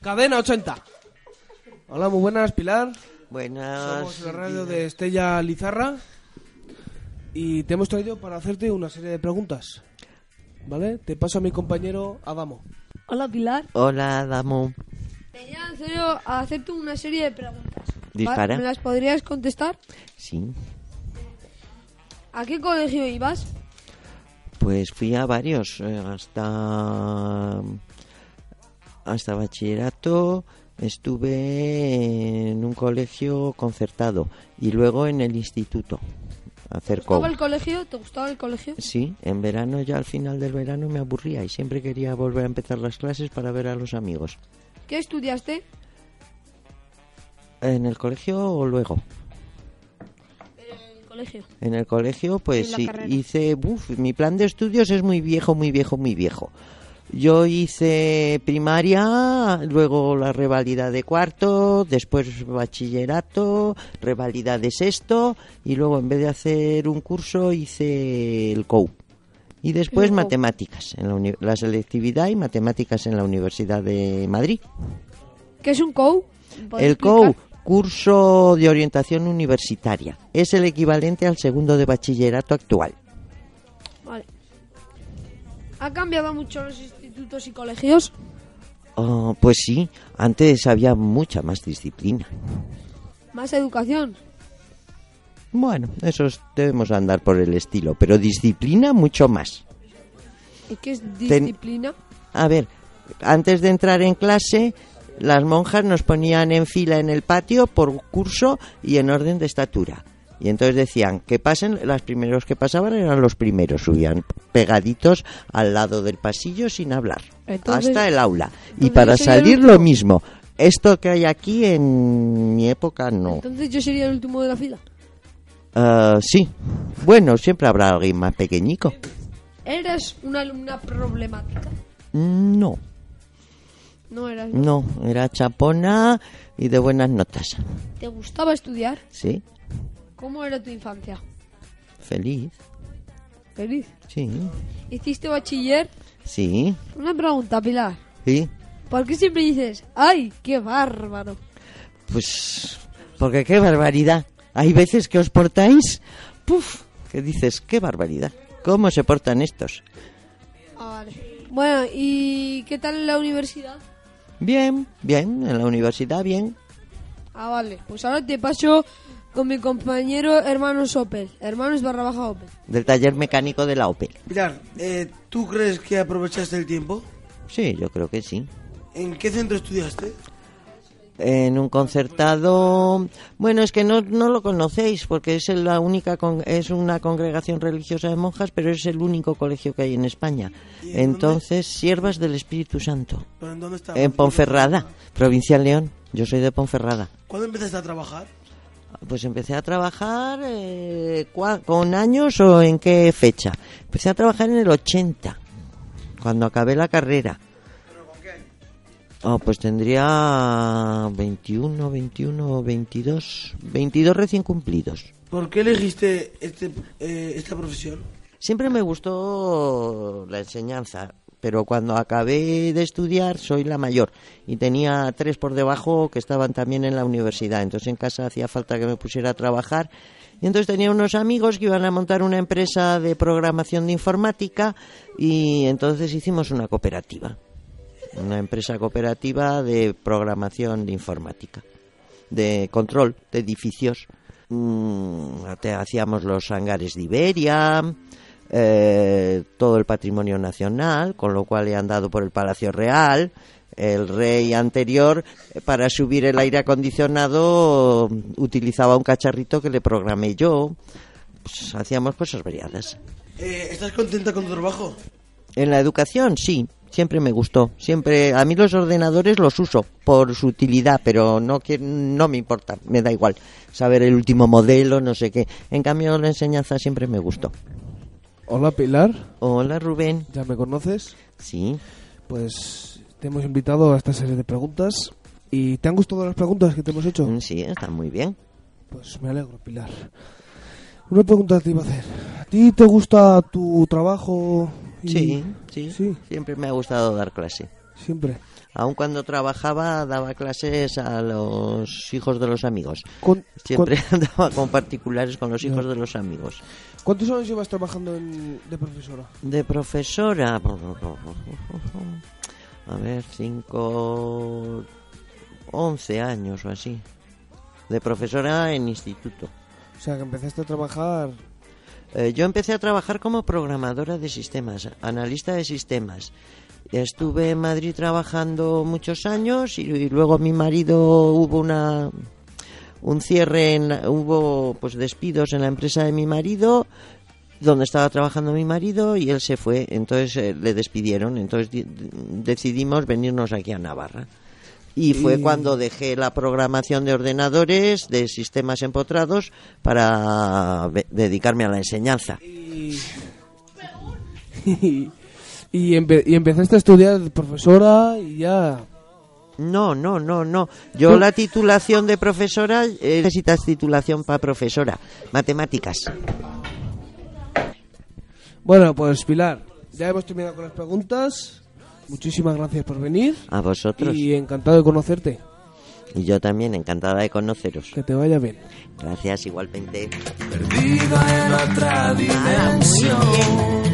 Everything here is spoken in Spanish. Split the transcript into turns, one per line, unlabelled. Cadena 80. Hola, muy buenas, Pilar.
Buenas.
Somos la radio de Estella Lizarra y te hemos traído para hacerte una serie de preguntas. ¿Vale? Te paso a mi compañero Adamo.
Hola Pilar.
Hola, Damo.
Venía en serio a hacerte una serie de preguntas.
Dispara.
Va- ¿Me las podrías contestar?
Sí.
¿A qué colegio ibas?
Pues fui a varios, eh, hasta hasta bachillerato estuve en un colegio concertado y luego en el instituto hacer
¿Te gustaba
co-
el colegio? ¿Te gustaba el colegio?
Sí, en verano ya al final del verano me aburría y siempre quería volver a empezar las clases para ver a los amigos.
¿Qué estudiaste?
¿En el colegio o luego?
En el colegio.
En el colegio, pues
la
sí,
carrera.
hice. Uf, mi plan de estudios es muy viejo, muy viejo, muy viejo. Yo hice primaria, luego la revalida de cuarto, después bachillerato, revalida de sexto, y luego en vez de hacer un curso hice el COU. Y después
El COU.
matemáticas, en la, uni- la selectividad y matemáticas en la Universidad de Madrid.
¿Qué es un COU? ¿Me podrías
El COU,
explicar?
curso de orientación universitaria, es el equivalente al segundo de bachillerato actual.
Vale. ¿Ha cambiado mucho los institutos y colegios?
Oh, pues sí, antes había mucha más disciplina.
¿Más educación?
Bueno, esos debemos andar por el estilo, pero disciplina mucho más.
¿Y qué es disciplina?
A ver, antes de entrar en clase, las monjas nos ponían en fila en el patio por curso y en orden de estatura. Y entonces decían que pasen, los primeros que pasaban eran los primeros, subían pegaditos al lado del pasillo sin hablar,
Entonces-
hasta el aula. Y
entonces
para
yo soy el
salir
último.
lo mismo. Esto que hay aquí en mi época no.
Entonces yo sería el último de la fila.
Ah, sí. Bueno, siempre habrá alguien más pequeñico.
¿Eres una alumna problemática?
No,
No eras.
no, era chapona y de buenas notas.
¿Te gustaba estudiar?
Sí,
¿Cómo era tu infancia?
feliz.
Feliz.
Sí,
¿Hiciste bachiller?
sí,
Una pregunta, Pilar.
sí.
¿Por qué siempre dices, ay, qué bárbaro?
Pues, porque qué barbaridad. Hay veces que os portáis, puf, que dices, qué barbaridad. ¿Cómo se portan estos?
Ah, vale. Bueno, ¿y qué tal la universidad?
Bien, bien, en la universidad bien.
Ah, vale. Pues ahora te paso con mi compañero hermanos Opel. Hermanos barra baja Opel.
Del taller mecánico de la Opel.
Pilar, eh, ¿tú crees que aprovechaste el tiempo?
Sí, yo creo que sí.
¿En qué centro estudiaste?
en un concertado bueno es que no, no lo conocéis porque es el- la única con- es una congregación religiosa de monjas pero es el único colegio que hay en España
¿Y en dónde?
entonces siervas del Espíritu Santo
¿Pero en dónde estabas?
en Ponferrada provincia de León yo soy de Ponferrada
¿Cuándo empezaste a trabajar?
pues empecé a trabajar eh, cua- con años o en qué fecha empecé a trabajar en el 80 cuando acabé la carrera Oh, pues tendría 21, 21, 22, 22 recién cumplidos.
¿Por qué elegiste este, eh, esta profesión?
Siempre me gustó la enseñanza, pero cuando acabé de estudiar soy la mayor y tenía tres por debajo que estaban también en la universidad. Entonces en casa hacía falta que me pusiera a trabajar. Y entonces tenía unos amigos que iban a montar una empresa de programación de informática y entonces hicimos una cooperativa. Una empresa cooperativa de programación de informática de control de edificios. Mm, te- hacíamos los hangares de Iberia, eh, todo el patrimonio nacional, con lo cual he andado por el Palacio Real. El rey anterior, eh, para subir el aire acondicionado, utilizaba un cacharrito que le programé yo. Pues, hacíamos cosas variadas.
Eh, ¿Estás contenta con tu trabajo?
En la educación, sí, siempre me gustó. Siempre, a mí los ordenadores los uso por su utilidad, pero no que no me importa, me da igual saber el último modelo, no sé qué. En cambio, la enseñanza siempre me gustó.
Hola, Pilar.
Hola, Rubén.
¿Ya me conoces?
Sí.
Pues te hemos invitado a esta serie de preguntas. ¿Y te han gustado las preguntas que te hemos hecho?
Mm, Sí, está muy bien.
Pues me alegro, Pilar. Una pregunta te iba a hacer. ¿A ti te gusta tu trabajo? y-
Sí, sí,
Sí,
Siempre me ha gustado dar clase.
siempre.
Aun cuando trabajaba, daba clases a los hijos de los amigos.
Con-
Siempre andaba con particulares con los hijos de los amigos.
con- ¿Cuántos años llevas trabajando en- de profesora?
De profesora. A ver, cinco. 11 años o así. De profesora en instituto.
O sea, que empezaste a trabajar...
Eh, yo empecé a trabajar como programadora de sistemas, analista de sistemas. Estuve en Madrid trabajando muchos años y, y luego mi marido hubo una un cierre, en la- hubo pues despidos en la empresa de mi marido donde estaba trabajando mi marido y él se fue, entonces eh, le despidieron, entonces di- decidimos venirnos aquí a Navarra. Y fue
Y-
cuando dejé la programación de ordenadores, de sistemas empotrados, para ve- dedicarme a la enseñanza.
Y... y, empe- y empezaste a estudiar de profesora y ya...
No, no, no, no. Yo la titulación de profesora, eh, necesitas titulación para profesora, matemáticas.
Bueno, pues Pilar, ya hemos terminado con las preguntas. Muchísimas gracias por venir.
A vosotros.
Y encantado de conocerte.
Y yo también, encantada de conoceros.
Que te vaya bien.
Gracias igualmente.
Perdido en otra
Nada, muy
dimensión.
bien.